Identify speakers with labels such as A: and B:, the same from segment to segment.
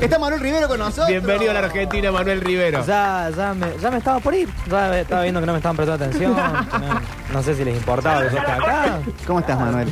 A: Está Manuel Rivero con nosotros.
B: Bienvenido a la Argentina, Manuel Rivero.
C: Ya, ya, me, ya me estaba por ir. Ya me- estaba viendo que no me estaban prestando atención. que no, no sé si les importaba que yo esté acá.
A: ¿Cómo estás, Manuel?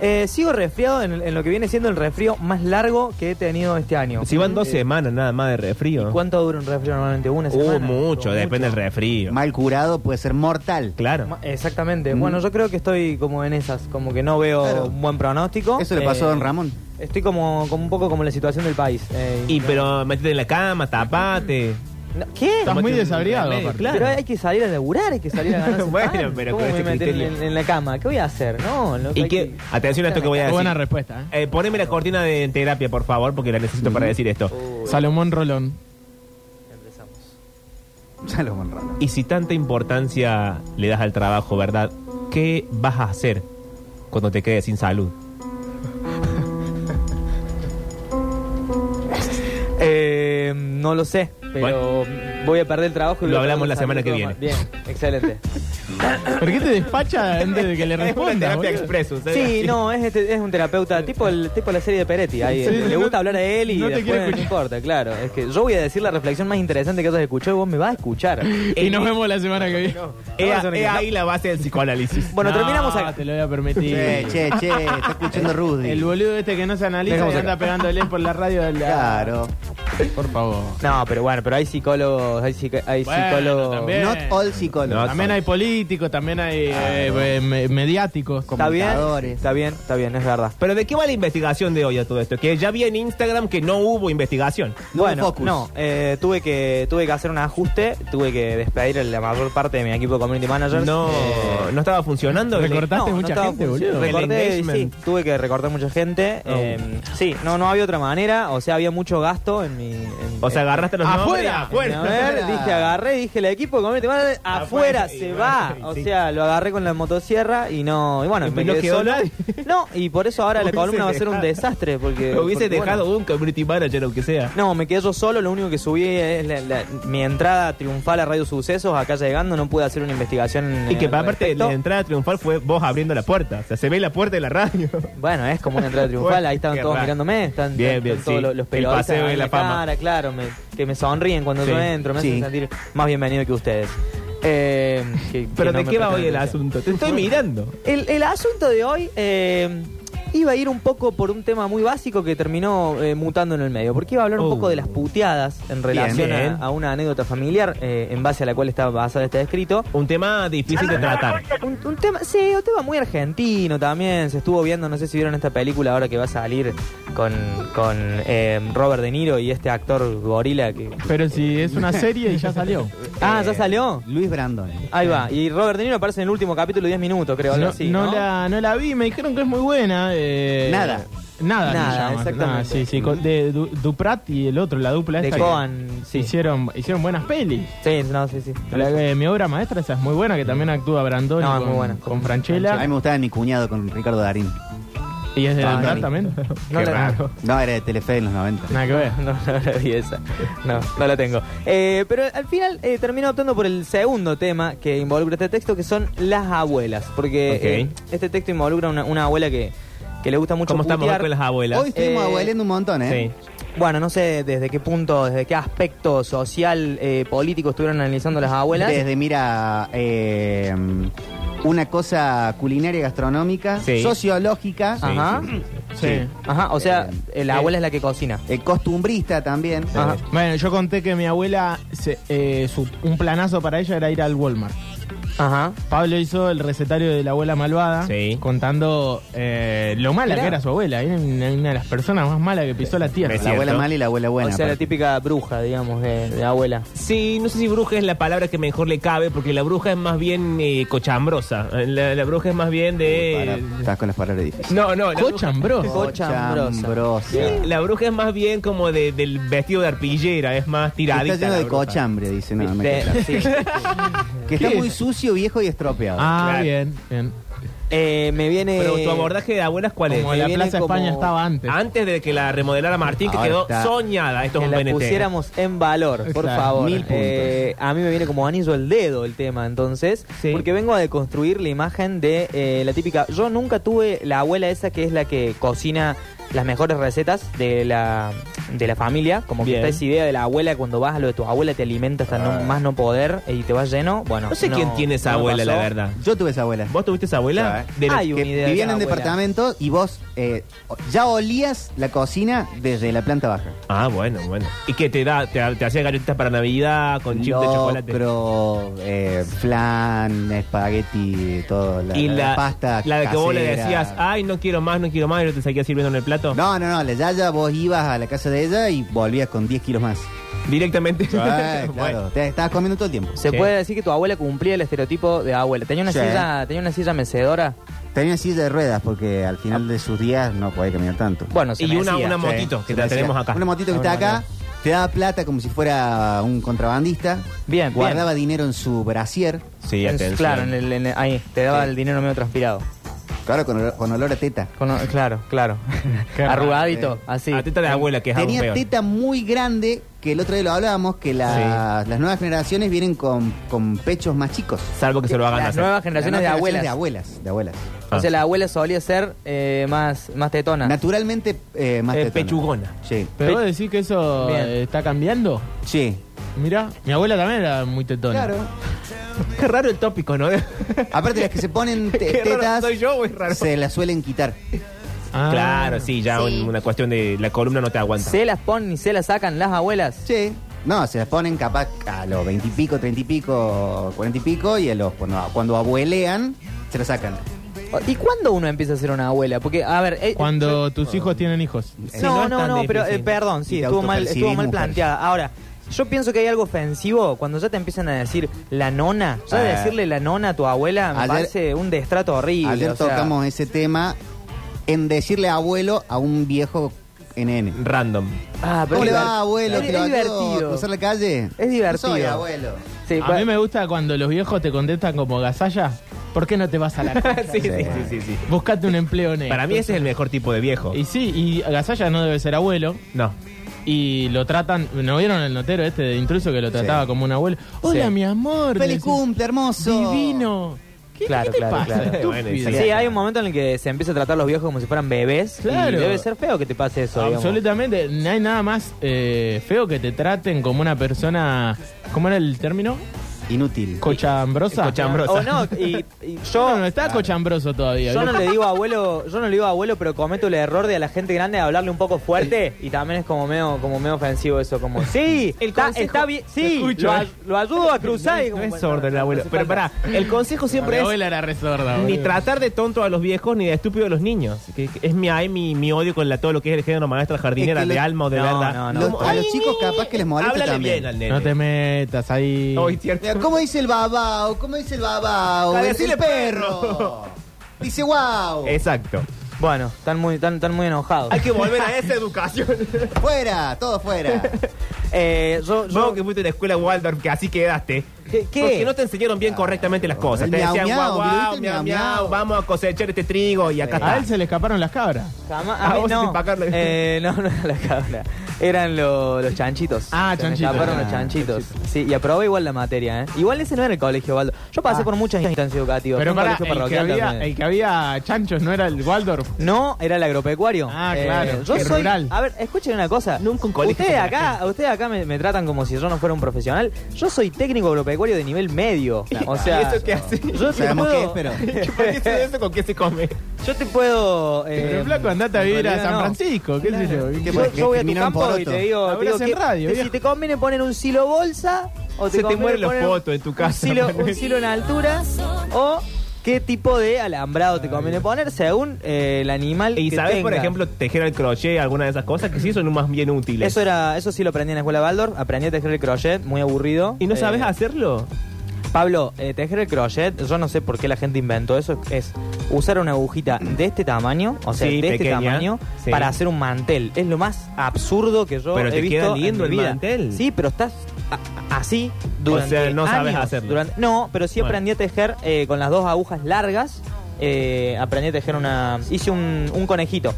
C: Eh, sigo resfriado en, en lo que viene siendo el resfrío más largo que he tenido este año.
B: Si van dos
C: Eh,
B: semanas nada más de refrío.
C: ¿Cuánto dura un resfrío normalmente? ¿Una
B: Uh,
C: semana?
B: mucho, depende del refrío.
A: Mal curado puede ser mortal.
B: Claro.
C: Ma-
B: Mm.
C: Exactamente. Bueno, yo creo que estoy como en esas, como que no veo
A: Claro.
C: un buen pronóstico.
A: Eso le pasó a
C: Eh,
A: don Ramón.
C: Estoy como, como un poco como la situación del país. Eh,
B: Y pero metete en la cama, tapate.
C: no- ¿Qué?
D: Estás muy
B: Tomate un
D: desabriado,
B: remedio,
D: aparte.
C: Pero hay que salir a laburar, hay que salir a ganar.
B: Bueno, pero
C: ¿Cómo
B: con
C: me
B: este
C: meter en,
B: criterio.
C: en la cama? ¿Qué voy a hacer? No, loco,
B: Y
C: hay
B: que, atención a esto que voy a
D: Qué buena
B: decir.
D: respuesta, ¿eh?
B: Eh, poneme la cortina de terapia, por favor, porque la necesito para decir esto.
C: Uy,
D: Salomón Rolón.
C: empezamos.
A: Ya lo Ramón.
B: Y si tanta importancia le das al trabajo, ¿verdad? ¿Qué vas a hacer cuando te quedes sin salud?
C: Eh, no lo sé, pero voy a perder el trabajo. y
B: Lo
C: voy a
B: hablamos la semana
C: perder
B: que
C: salud.
B: viene.
C: Bien, excelente.
D: ¿Por qué te despacha antes de que le
B: Es una
D: responda?
B: terapia
D: boludo?
B: express, o sea,
C: Sí,
B: así.
C: no, es, este- es un terapeuta, tipo el tipo la serie de Peretti. ahí, este,
D: Sí,
C: le
D: no-
C: gusta hablar a él y
D: no te quiere
C: después no
D: escuchar.
C: importa, claro. Es que yo voy a decir la reflexión más interesante que hayas escuchado y vos me vas a escuchar.
D: Y nos vemos la semana que viene.
B: Es,
C: No,
B: es ahí la base del psicoanálisis.
C: Bueno,
D: No,
C: terminamos acá.
D: Te lo voy a permitir.
A: Che, che, che, está escuchando Rudy.
D: El boludo este que no se analiza
C: Dejamos
D: y
C: acá.
D: anda pegándole por la radio. de la-
A: Claro.
D: Por favor.
C: No, pero bueno, pero hay psicólogos, hay, psico- hay
D: Bueno,
C: psicólogos.
D: también. Bien.
A: Not all psicólogos.
B: Not
D: También hay políticos, también hay eh, eh, me- mediáticos.
C: Está bien,
A: Comentadores.
C: está bien, está bien, es verdad.
B: Pero ¿de qué va la investigación de hoy a todo esto? Que ya vi en Instagram que no hubo investigación.
A: No hubo
C: bueno,
A: focus.
C: no, eh, tuve que tuve que hacer un ajuste, tuve que despedir a la mayor parte de mi equipo de community managers.
B: No,
C: Eh,
B: no estaba funcionando.
D: Recortá. Cortaste mucha
C: estaba
D: gente,
C: funcionando.
B: boludo. El
C: Recorté, sí,
B: engagement.
C: tuve que recortar mucha gente.
B: Oh.
C: eh, sí, no, no había otra manera. O sea, había mucho gasto en mi. en-
B: O sea,
C: en-
B: agarraste los
D: ¡Afuera!
B: nombres.
C: a ver, dije, agarré, dije, el equipo de community manager afuera
B: Afuera, y
C: se
B: bueno,
C: va.
B: y
C: O
B: sí.
C: sea, lo agarré con la motosierra y no. Y bueno,
B: Y
C: me
B: no
C: quedé
B: quedó
C: solo.
B: nadie.
C: No, y por eso ahora la
B: Hubiese
C: columna va a ser un
B: dejado-
C: desastre. Porque.
B: Lo hubiese
C: porque, bueno,
B: dejado un community manager, aunque sea.
C: no, me quedé yo solo, lo único que subí es la- la- mi entrada triunfal a Radio Sucesos, acá llegando, no pude hacer una investigación.
B: Y
C: eh,
B: que
C: al
B: aparte
C: respecto.
B: la entrada triunfal fue vos abriendo la puerta. O sea, se ve la puerta de la radio.
C: Bueno, es como una entrada triunfal,
B: Bueno,
C: ahí estaban
B: qué
C: todos
B: raro.
C: mirándome, están,
B: Bien,
C: están
B: bien,
C: todos
B: sí.
C: los, los
B: El
C: periodistas
B: paseo de
C: ahí
B: la
C: en
B: fama.
C: cara, claro, me- que me sonríen cuando
B: Sí.
C: yo entro, me
A: Sí.
C: hacen sentir más bienvenido que ustedes. Eh, que-
B: Pero
C: que
B: ¿de
C: no
B: qué
C: me
B: va hoy el
C: prestan atención.
B: asunto? Te estoy mirando.
C: El, el asunto de hoy eh, iba a ir un poco por un tema muy básico que terminó eh, mutando en el medio, porque iba a hablar un
B: Oh.
C: poco de las puteadas en relación a-
B: bien.
C: A, una anécdota familiar eh, en base a la cual está basado este escrito.
B: Un tema difícil de tratar.
C: Un, un tema, sí, un tema muy argentino también. Se estuvo viendo, no sé si vieron esta película ahora que va a salir con, con eh, Robert De Niro y este actor gorila que.
D: Pero si es una serie y ya salió.
C: Ah, ya salió.
A: Luis Brandon.
C: Ahí va. Y Robert De Niro aparece en el último capítulo, 10 minutos, creo. algo
D: no,
C: así,
D: no
C: ¿no?
D: La, no la vi, me dijeron que es muy buena. eh,
A: Nada.
D: Nada,
C: Nada,
D: se llama,
C: exactamente.
D: nada, sí, sí, con- de Du- Duprat y el otro, la dupla
C: De
D: esta que
C: Coan, sí.
D: Hicieron, hicieron buenas pelis.
C: Sí, no, sí, sí.
D: La de mi obra maestra esa es muy buena, que también actúa Brandoni
C: No, es
D: con,
C: muy buena.
D: con
A: A mí
D: Franchella.
A: me gustaba mi cuñado con Ricardo Darín.
D: Y es de
A: Ah,
D: Duprat
A: no.
D: también.
C: No
D: Qué
C: la-
D: raro.
A: No, era de Telefe en los 90.
D: Nada que ver.
C: No, no la vi esa. No, no la tengo. Eh, pero al final eh, termino optando por el segundo tema que involucra este texto, que son las abuelas. Porque
B: Ok.
C: eh, este texto involucra una, una abuela que, que le gusta mucho
B: ¿Cómo estamos hoy
C: putear.
B: con las abuelas?
A: Hoy estuvimos
C: Eh,
A: abuelando un montón, ¿eh?
B: Sí.
C: Bueno, no sé desde qué punto, desde qué aspecto social, eh, político estuvieron analizando las abuelas.
A: Desde, mira, eh, una cosa culinaria, gastronómica,
B: Sí.
A: sociológica,
B: Sí,
C: Ajá.
D: Sí.
C: Ajá, o sea, eh, la
A: eh,
C: abuela es la que cocina.
A: eh, costumbrista también.
C: Ajá.
D: Bueno, yo conté que mi abuela, se- eh, su- un planazo para ella era ir al Walmart.
C: Ajá.
D: Pablo hizo el recetario de la abuela malvada,
B: Sí.
D: contando eh, lo mala
C: Mirá.
D: que era su abuela. Era una, una de las personas más malas que pisó la tierra.
B: Es
A: La abuela
B: cierto.
A: mala y la abuela buena.
C: o sea, la
A: aparte.
C: típica bruja, digamos, de, de abuela.
B: Sí, no sé si bruja es la palabra que mejor le cabe, porque la bruja es más bien eh, cochambrosa. La, la bruja es más bien de...
A: Para- estás con las palabras difíciles.
B: No, no, la bruja,
D: Cochambroso.
C: Cochambrosa.
A: Cochambrosa.
C: Sí.
B: la bruja es más bien como de- del vestido de arpillera, es más tiradita.
A: Está lleno
B: la
A: de
B: bruja.
A: cochambre, dice. No, me
C: De-
A: queda claro.
C: sí.
A: que está
D: ¿Qué
A: muy
D: es?
A: sucio, viejo y estropeado.
D: Ah,
B: Claro.
D: bien, bien.
C: Eh, me viene.
B: Pero tu abordaje de abuelas, ¿cuál es?
D: Como la
C: viene
D: Plaza España
C: como-
D: estaba antes.
B: Antes de que la remodelara Martín, que
A: Ahora
B: quedó
A: está.
B: soñada. Esto es
C: que
B: un
C: la
B: BNT.
C: pusiéramos en valor, por
D: Exacto.
C: favor.
A: Mil puntos.
C: Eh, a mí me viene como anillo el dedo el tema, entonces,
B: Sí.
C: porque vengo a deconstruir la imagen de eh, la típica. Yo nunca tuve la abuela esa que es la que cocina las mejores recetas de la de la familia, como
B: Bien. Ah.
C: que está esa idea de la abuela cuando vas a lo de tu abuela te alimenta hasta no- más no poder eh, y te vas lleno. Bueno,
B: No sé quién tiene esa
C: no me
B: abuela, la
C: pasó.
B: verdad.
A: Yo tuve esa abuela.
B: ¿Vos tuviste esa abuela?
A: Ya,
B: De la-
C: Ay,
A: Que
C: una idea de
A: vivían en
C: abuela.
A: departamentos y vos eh, ya olías la cocina desde la planta baja.
B: Ah, bueno, bueno. ¿Y qué te da? ¿Te, te hacía galletitas para Navidad con chip de chocolate?
A: Locro, eh, flan, espagueti, todo. La,
B: y la,
A: pasta.
B: la de que vos le
A: casera.
B: decías, ay, no quiero más, no quiero más, y no te seguías sirviendo en el plato.
A: No, no, no, la Yaya vos ibas a la casa de ella y volvías con 10 kilos más.
B: Directamente.
A: Ay,
B: Bueno.
A: claro, te estabas comiendo todo el tiempo.
C: Se
B: Sí.
C: puede decir que tu abuela cumplía el estereotipo de abuela. Tenía una
A: Sí.
C: silla, tenía una silla mecedora.
A: Tenía silla de ruedas porque al final de sus días no podía caminar tanto.
C: Bueno, se
B: Y una,
C: mecía.
B: una motito
A: Se
B: Ah. que la
A: parecía.
B: tenemos acá.
A: Una motito que está acá, te daba plata como si fuera un contrabandista.
C: Bien,
A: Guardaba dinero en su brasier.
B: Sí,
C: En-
B: atención.
C: Claro, en el- en el- ahí te daba
A: Sí.
C: el dinero medio transpirado.
A: Claro, con olor, con olor a teta.
C: Con- claro, claro.
D: Qué raro,
C: Arrugadito,
A: eh.
C: así.
B: A teta de abuela, que es algo
A: Tenía
B: peor.
A: teta muy grande, que el otro día lo hablábamos, que la- las nuevas generaciones vienen con, con pechos más chicos.
B: Salvo que se lo hagan
C: Las
B: hacer.
C: nuevas
A: Las
C: generaciones
A: nuevas
C: de abuelas.
A: De abuelas, de abuelas.
B: Ah.
C: O sea, la abuela solía ser eh, más, más tetona.
A: Naturalmente eh, más
B: Eh,
A: tetona.
B: pechugona.
A: Sí,
D: Pero
C: Pe-
D: vos decís que eso
C: Bien.
D: eh, está cambiando.
A: sí.
D: Mira, mi abuela también era muy tetona.
A: Claro.
B: Qué raro el tópico, ¿no?
A: Aparte, las que se ponen te-
B: Qué raro
A: tetas
B: soy yo, o es raro.
A: se las suelen quitar.
D: Ah.
B: Claro, sí, ya
E: Sí.
B: un- una cuestión de la columna no te aguanta.
C: Se las ponen y se las sacan las abuelas.
A: Sí. No, se las ponen capaz a los 20 y pico, 30 y pico, 40 y pico, y a los, cuando, cuando abuelean, se las sacan.
C: ¿Y cuándo uno empieza a ser una abuela? Porque, a ver... eh,
D: Cuando tus hijos tienen hijos.
C: yo-
A: Sí,
C: no,
B: no es
C: no,
B: tan
C: no, pero
B: difícil.
C: eh, perdón,
A: Y
C: sí,
A: te
C: estuvo mal,
A: autopercibís
C: estuvo mal
A: mujer.
C: planteada. Ahora, yo pienso que hay algo ofensivo cuando ya te empiezan a decir la nona. Ya
A: Ah.
C: decirle la nona a tu abuela me
A: Ayer-
C: parece un destrato horrible.
A: Ayer
C: o sea,
A: tocamos ese tema en decirle abuelo a un viejo NN.
B: Random.
C: Ah, pero
A: ¿Cómo
C: es
A: le
C: diver-
A: va, abuelo?
C: Es,
A: ¿Te
C: es
A: levantó a
C: divertido.
A: cruzar la calle?
C: Es divertido.
A: No soy abuelo.
C: Sí,
D: A
C: pa-
D: mí me gusta cuando los viejos te contestan como gasalla. ¿Por qué no te vas a la casa?
B: sí, sí, sí, sí, sí.
D: Buscate un empleo negro.
B: Para mí ese es el mejor tipo de viejo.
D: Y sí, y Gasalla no debe ser abuelo.
B: No.
D: Y lo tratan. ¿No vieron el notero este de intruso que lo trataba
A: Sí.
D: como un abuelo? Hola,
C: Sí.
D: mi amor.
A: ¡Feliz
D: Le decía,
A: cumple, hermoso!
D: Divino. ¿Qué,
C: Claro,
D: qué te
C: claro,
D: pasa?
C: claro.
D: estúpido?
B: Bueno, y
C: Sí, hay un momento en el que se empieza a tratar a los viejos como si fueran bebés.
D: Claro.
C: Y debe ser feo que te pase eso. digamos.
D: Absolutamente, no hay nada más eh, feo que te traten como una persona, ¿cómo era el término?
A: Inútil.
D: Cochambrosa.
B: Cochambrosa.
C: O no, y, y
D: No,
C: yo,
D: no, está cochambroso todavía.
C: yo no le digo abuelo, yo no le digo abuelo, pero cometo el error de a la gente grande hablarle un poco fuerte y también es como medio, como medio ofensivo eso, como sí,
B: El
C: está,
B: consejo-
C: está bien, sí,
D: Te escucho,
C: lo, ay-
D: eh.
C: lo ayudo a cruzar. y
B: No
C: como,
B: es
C: bueno,
B: sordo el
C: no
B: abuelo.
C: hace
B: Pero
C: falta.
B: pará, el consejo
D: Mi
B: siempre es
D: abuela era re sorda,
B: ni
D: boludo.
B: tratar de tonto a los viejos ni de estúpido a los niños. Que- que es mi, ay, mi, mi odio con la, todo lo que es el género maestra jardinera
A: Es que
B: de
A: lo-
B: alma o de
C: No,
B: verdad.
C: no, no.
A: Los-
B: Como,
A: a los
B: "Ay,
A: chicos
B: ni-
A: capaz que les molesta
B: Háblale
A: también.
B: bien al nene.
D: No te metas ahí.
B: Hoy, cierto.
A: Mira, ¿Cómo dice el babao? ¿Cómo dice el babao?
B: Para
A: Es
B: decirle
A: el perro. Dice wow.
B: Exacto.
C: Bueno, están muy, están, están muy enojados.
B: Hay que volver a esa educación.
A: Fuera, todo fuera.
C: Eh, yo, yo-
B: Yo que fuiste en la escuela Waldorf, que así quedaste.
C: ¿Qué- Ah, qué?
B: Porque no te enseñaron bien correctamente las cosas.
A: El
B: Te decían,
A: miau, miau,
B: guau, guau,
A: ¿viste el
B: miau,
A: miau,
B: miau,
A: miau?
B: vamos a cosechar este trigo y acá
D: A él
C: Ah,
B: está.
D: se le escaparon las cabras.
C: Jamás,
B: Ah,
C: a mí
B: vos sin
C: no.
B: pagarle.
C: Eh, no, no era la cabra. Eran lo- los chanchitos.
D: Ah,
C: Se
D: chanchitos.
C: Me escaparon
D: Ah,
C: los chanchitos. Sí, y aprobé igual la materia, ¿eh? Igual ese no era el colegio, Baldo. Yo pasé por muchas instancias educativas.
D: Ah.
C: Fue
D: Pero
C: un
D: para,
C: colegio
D: el que,
C: parroquial
D: había,
C: también.
D: el que había chanchos no era el Waldorf.
C: No, era el agropecuario. Eh,
D: Ah, claro,
C: yo
D: el
C: soy.
D: rural.
C: A ver, escuchen una cosa.
B: Nunca un colegio
C: Ustedes
B: para la
C: acá, ustedes acá me, me tratan como si yo no fuera un profesional. Yo soy técnico agropecuario de nivel medio. O sea.
B: ¿Y eso qué hace?
C: Yo te
A: Sabemos qué es,
C: puedo.
A: pero.
B: ¿Por qué se- eso con qué se come?
C: Yo te puedo. eh,
D: Pero flaco, andate a
C: en
D: vivir a
C: realidad
D: San
C: no.
D: Francisco, qué sé yo.
A: ¿Qué
C: Yo,
A: pues,
C: yo voy a tu
A: terminan
C: campo y
A: poroto.
C: te digo, te digo
D: Hablas en
C: que-
D: radio,
C: que
D: viejo.
C: si te conviene poner un silo bolsa o te
B: Se te
C: conviene
B: mueren los
C: poner un-
B: potos en tu
C: un
B: casa,
C: silo- Un silo,
B: Manuel.
C: en altura o qué tipo de alambrado te conviene poner según eh, el animal
B: ¿Y
C: que
B: sabes,
C: tenga.
B: por ejemplo, tejer al crochet, alguna de esas cosas que sí son más bien útiles?
C: eso era eso sí lo aprendí en la escuela Baldor, aprendí a tejer el crochet, muy aburrido.
B: ¿Y no sabes
C: Eh,
B: hacerlo?
C: Pablo, eh, tejer el crochet, yo no sé por qué la gente inventó eso, es usar una agujita de este tamaño, o sea,
B: Sí,
C: de este
B: pequeña,
C: tamaño,
B: sí.
C: para hacer un mantel. Es lo más absurdo que yo
B: Pero
C: he
B: te
C: visto
B: queda lindo
C: en mi
B: el
C: vida.
B: mantel.
C: Sí, pero estás a- a- así durante
B: sea, no sabes
C: años.
B: hacerlo.
C: Durante- no, pero sí
B: Bueno.
C: aprendí a tejer eh, con las dos agujas largas, eh, aprendí a tejer una... Hice un, un conejito.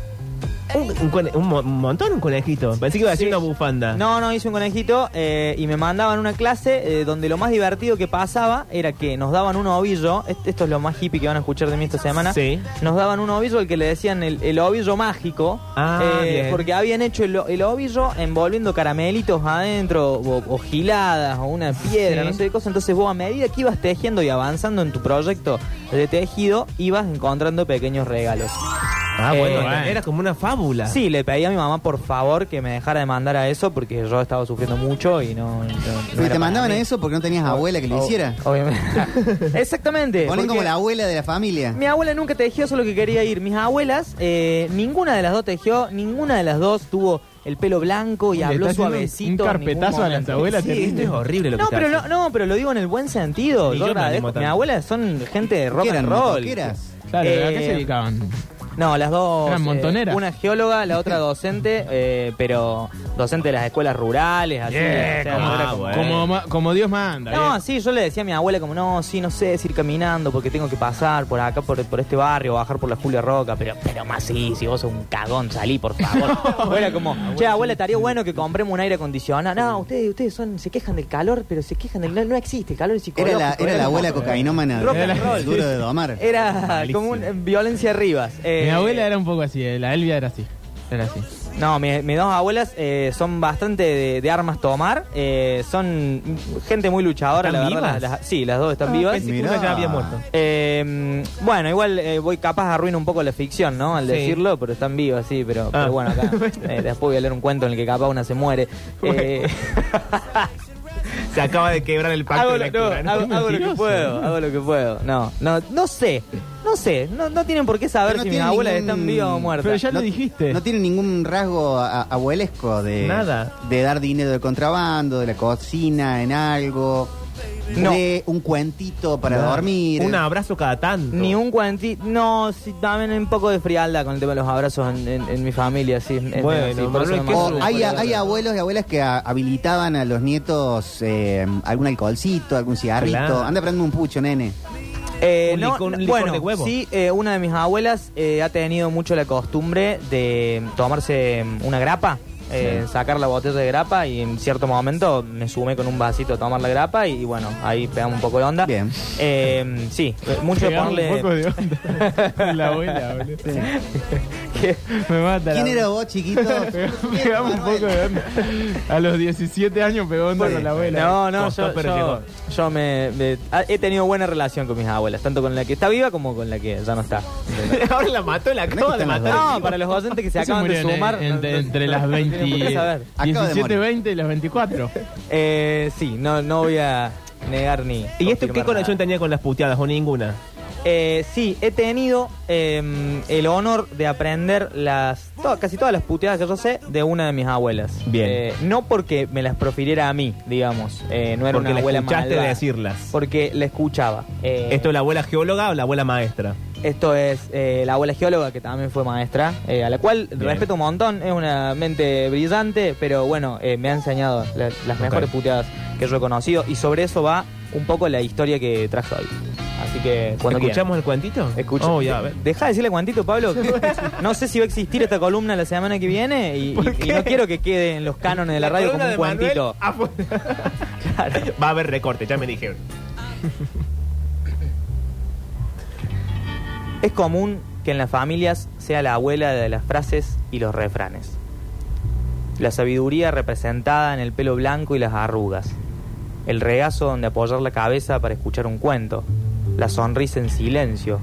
B: Un, un cone- un mo- un montón, un conejito. Pensé que iba a decir
C: Sí.
B: una bufanda.
C: No, no, hice un conejito eh, y me mandaban a una clase eh, donde lo más divertido que pasaba era que nos daban un ovillo, est- esto es lo más hippie que van a escuchar de mí esta semana,
B: Sí.
C: nos daban un ovillo al que le decían el, el ovillo mágico, eh,
B: Ah, bien.
C: porque habían hecho el, o- el ovillo envolviendo caramelitos adentro o, o giladas o una piedra,
B: Sí.
C: no sé qué cosa, entonces vos a medida que ibas tejiendo y avanzando en tu proyecto de tejido, ibas encontrando pequeños regalos.
B: Ah,
C: Eh,
B: bueno,
D: bueno.
B: era como una fábula.
C: Sí, le pedí a mi mamá por favor que me dejara de mandar a eso porque yo estaba sufriendo mucho y no. no- no era
A: Pero te
C: para
A: mandaban
C: mí.
A: a eso porque no tenías abuela que lo
C: O-
A: hiciera.
C: Obviamente. Exactamente.
A: Ponen como
C: Oh. porque
A: la abuela de la familia.
C: Mi abuela nunca tejió, eso es lo que quería ir. Mis abuelas, eh, ninguna de las dos tejió, ninguna de las dos tuvo el pelo blanco y
D: Le
C: habló
D: estás haciendo un-
C: suavecito.
D: un
C: en ningún
D: carpetazo a las
C: momento.
D: abuelas,
C: Sí,
B: Sí,
D: terrible.
B: esto es horrible lo que
C: No,
B: está
C: pero lo,
B: haciendo.
C: no, pero lo digo en el buen sentido.
B: Ni
C: Yo
B: yo me
C: agradezco.
B: animo tanto.
C: Mis abuelas son gente de rock
A: ¿Qué eran,
C: and roll.
A: motoqueras?
D: Claro, ¿a qué
C: Eh,
D: se dedicaban?
C: No, las dos.
D: Eran
C: eh,
D: montoneras.
C: una geóloga, la otra docente, eh, pero docente de las escuelas rurales, así.
D: Yeah,
C: o sea,
D: como,
C: era
B: ah,
C: como-
B: bueno.
D: como, ma- como Dios manda.
C: No,
D: bien.
C: sí, yo le decía a mi abuela como, no, sí, no sé, es ir caminando porque tengo que pasar por acá, por, por este barrio, bajar por la Julia Roca, pero, pero más sí, si vos sos un cagón, salí, por favor. Era como, che, abuela, estaría bueno que compremos un aire acondicionado. No, ustedes, ustedes son, se quejan del calor, pero se quejan del... No, no existe, el calor es
A: Era
C: psicológico.
A: la, era la abuela
C: como-
A: cocainómana.
C: Rock
A: Era
C: and roll.
A: Duro de domar.
C: Era
B: Malísimo.
C: como una violencia eh, arriba.
D: Mi abuela era un poco así, eh, la Elvia era así. Era así.
C: No, mi- mis dos abuelas eh, son bastante de, de armas tomar. eh, son gente muy luchadora,
B: ¿Están
C: la verdad.
B: vivas?
C: las- las- sí, las dos están
B: Ah,
C: vivas.
B: pensé que
A: Mirá.
B: una ya había muerto.
C: Eh, bueno, igual eh, voy capaz arruino un poco la ficción, ¿no? Al
B: Sí.
C: decirlo, pero están vivas, sí, pero, pero
B: Ah.
C: bueno, acá eh, después voy a leer un cuento en el que capaz una se muere. Eh,
B: Se acaba de quebrar el pacto
C: hago,
B: de
C: lo,
B: lectura,
C: no,
B: ¿no?
C: hago- hago lo que
D: Mentiroso.
C: puedo, hago lo que puedo. No, no, no sé, no sé, no, no tienen por qué saber
A: Pero no
C: si mis
A: tienen
C: abuelas
A: ningún-
C: están vivas o muertas.
D: Pero ya lo dijiste.
A: No tiene ningún rasgo a- abuelesco de.
B: Nada.
A: De dar dinero de contrabando, de la cocina, en algo.
C: No.
A: De un cuentito para dormir.
B: Un abrazo cada tanto.
C: Ni un cuentito. No, sí, también un poco de frialdad con el tema de los abrazos en, en- en mi familia, sí. en- en-
B: Bueno,
C: sí, por
B: Manuel,
C: eso Oh, me
B: ¿qué
C: mando
A: O
B: supo,
C: un
A: hay,
C: abrazo.
A: hay abuelos y abuelas que a- habilitaban a los nietos eh, algún alcoholcito, algún cigarrito.
B: Claro.
A: Anda prende un pucho, nene.
C: Eh,
B: Un
C: no,
B: licor- un
C: no,
B: licor
C: bueno,
B: de huevo.
C: sí, eh, una de mis abuelas eh, ha tenido mucho la costumbre de tomarse mm, una grapa, eh, sacar la botella de grapa y en cierto momento me sumé con un vasito a tomar la grapa y, bueno, ahí pegamos un poco de onda.
A: Bien.
C: Eh, sí, eh, mucho de
D: Pegaba
C: ponerle...
D: un poco de onda. la abuela, boludo. Me mata.
A: ¿Quién
D: la-
A: era vos, chiquito?
D: Pegaba un poco de onda. A los 17 años pegó onda con la abuela.
C: No, no,
B: Costó,
C: yo,
B: pero
C: yo-
B: llegó.
C: yo me, me- ah, he tenido buena relación con mis abuelas, tanto con la que está viva como con la que ya no está.
B: Ahora la mató, la acaba de
A: están los
B: matar.
C: No, para los docentes que se
D: Ese
C: acaban de
D: murió en-
C: sumar.
D: en- entre,
C: no- no-
D: entre
C: no-
D: las
C: no tienen por qué
D: 20,
C: saber.
A: Acaba de
D: 17,
A: morir.
D: 20 y las 24.
C: Eh, sí, no, no voy a negar ni.
B: ¿Y esto qué
C: confirmar
B: conexión
C: nada.
B: tenía con las puteadas o ninguna?
C: Eh, sí, he tenido eh, el honor de aprender las to- casi todas las puteadas que yo sé de una de mis abuelas.
B: Bien.
C: Eh, no porque me las profiriera a mí, digamos. Eh, no era
B: Porque
C: una
B: la
C: abuela
B: escuchaste
C: malvada.
B: decirlas.
C: Porque la escuchaba. Eh,
B: ¿Esto es la abuela geóloga o la abuela maestra?
C: Esto es eh, la abuela geóloga, que también fue maestra, eh, a la cual
B: Bien.
C: respeto un montón, es una mente brillante, pero bueno, eh, me ha enseñado la- las mejores puteadas que yo he conocido y sobre eso va un poco la historia que traje hoy. Así que cuando
B: ¿Escuchamos el cuentito?
C: quieran. Escucha.
B: Oh, ya, a ver.
C: Deja de decirle guantito, Pablo. que no sé si va a existir esta columna la semana que viene y,
B: ¿Por
C: y- y
B: qué?
C: no quiero que quede en los cánones de la radio como
B: columna
C: un
B: de Manuel
C: cuentito.
B: afuera.
C: Claro.
B: Va a haber recorte, ya me dijeron.
C: Es común que en las familias sea la abuela de las frases y los refranes. La sabiduría representada en el pelo blanco y las arrugas. El regazo donde apoyar la cabeza para escuchar un cuento. La sonrisa en silencio.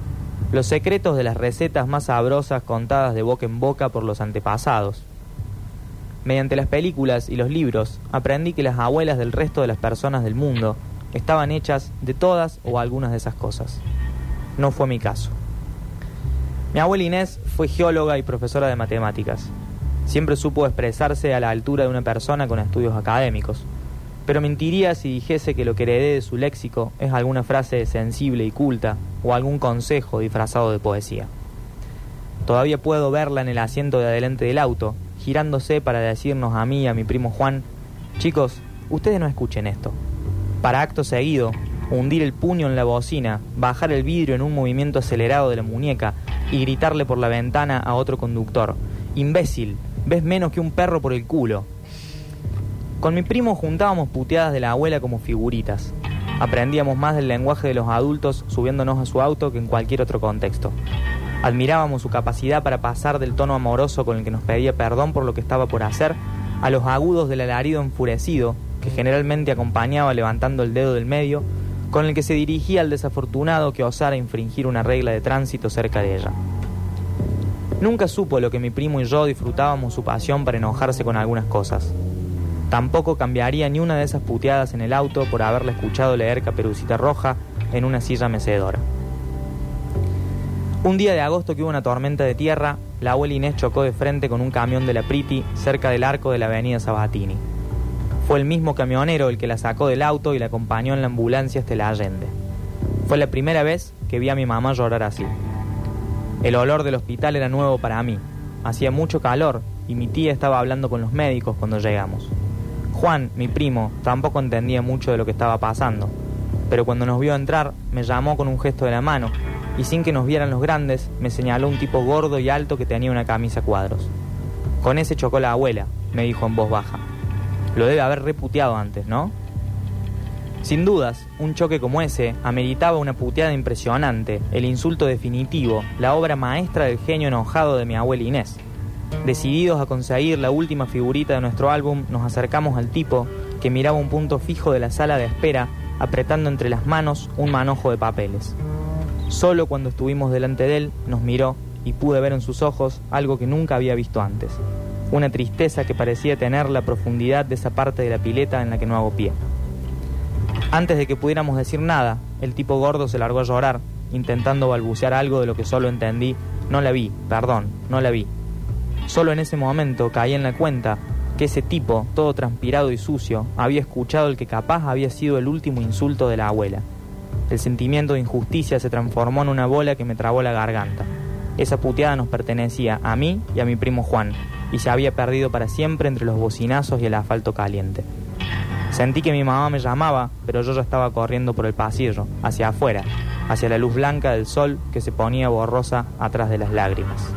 C: Los secretos de las recetas más sabrosas contadas de boca en boca por los antepasados. Mediante las películas y los libros aprendí que las abuelas del resto de las personas del mundo estaban hechas de todas o algunas de esas cosas. No fue mi caso. Mi abuela Inés fue geóloga y profesora de matemáticas. Siempre supo expresarse a la altura de una persona con estudios académicos. Pero mentiría si dijese que lo que heredé de su léxico es alguna frase sensible y culta o algún consejo disfrazado de poesía. Todavía puedo verla en el asiento de adelante del auto, girándose para decirnos a mí y a mi primo Juan, chicos, ustedes no escuchen esto. Para acto seguido, hundir el puño en la bocina, bajar el vidrio en un movimiento acelerado de la muñeca y gritarle por la ventana a otro conductor, Imbécil, ves menos que un perro por el culo. Con mi primo juntábamos puteadas de la abuela como figuritas. Aprendíamos más del lenguaje de los adultos subiéndonos a su auto que en cualquier otro contexto. Admirábamos su capacidad para pasar del tono amoroso con el que nos pedía perdón por lo que estaba por hacer a los agudos del alarido enfurecido que generalmente acompañaba levantando el dedo del medio con el que se dirigía al desafortunado que osara infringir una regla de tránsito cerca de ella. Nunca supo lo que mi primo y yo disfrutábamos su pasión para enojarse con algunas cosas. Tampoco cambiaría ni una de esas puteadas en el auto por haberla escuchado leer Caperucita Roja en una silla mecedora. Un día de agosto que hubo una tormenta de tierra, la abuela Inés chocó de frente con un camión de la Priti cerca del arco de la avenida Sabatini. Fue el mismo camionero el que la sacó del auto y la acompañó en la ambulancia hasta la Allende. Fue la primera vez que vi a mi mamá llorar así. El olor del hospital era nuevo para mí. Hacía mucho calor y mi tía estaba hablando con los médicos cuando llegamos. Juan, mi primo, tampoco entendía mucho de lo que estaba pasando, pero cuando nos vio entrar me llamó con un gesto de la mano y sin que nos vieran los grandes me señaló un tipo gordo y alto que tenía una camisa a cuadros. Con ese chocó la abuela, me dijo en voz baja. Lo debe haber reputeado antes, ¿no? Sin dudas, un choque como ese ameritaba una puteada impresionante, el insulto definitivo, la obra maestra del genio enojado de mi abuela Inés. Decididos a conseguir la última figurita de nuestro álbum, nos acercamos al tipo que miraba un punto fijo de la sala de espera, apretando entre las manos un manojo de papeles. Solo cuando estuvimos delante de él, nos miró y pude ver en sus ojos algo que nunca había visto antes. Una tristeza que parecía tener la profundidad de esa parte de la pileta en la que no hago pie. Antes de que pudiéramos decir nada, el tipo gordo se largó a llorar, intentando balbucear algo de lo que solo entendí. No la vi, perdón, no la vi. Solo en ese momento caí en la cuenta que ese tipo, todo transpirado y sucio, había escuchado el que capaz había sido el último insulto de la abuela. El sentimiento de injusticia se transformó en una bola que me trabó la garganta. Esa puteada nos pertenecía a mí y a mi primo Juan, y se había perdido para siempre entre los bocinazos y el asfalto caliente. Sentí que mi mamá me llamaba, pero yo ya estaba corriendo por el pasillo, hacia afuera, hacia la luz blanca del sol que se ponía borrosa atrás de las lágrimas.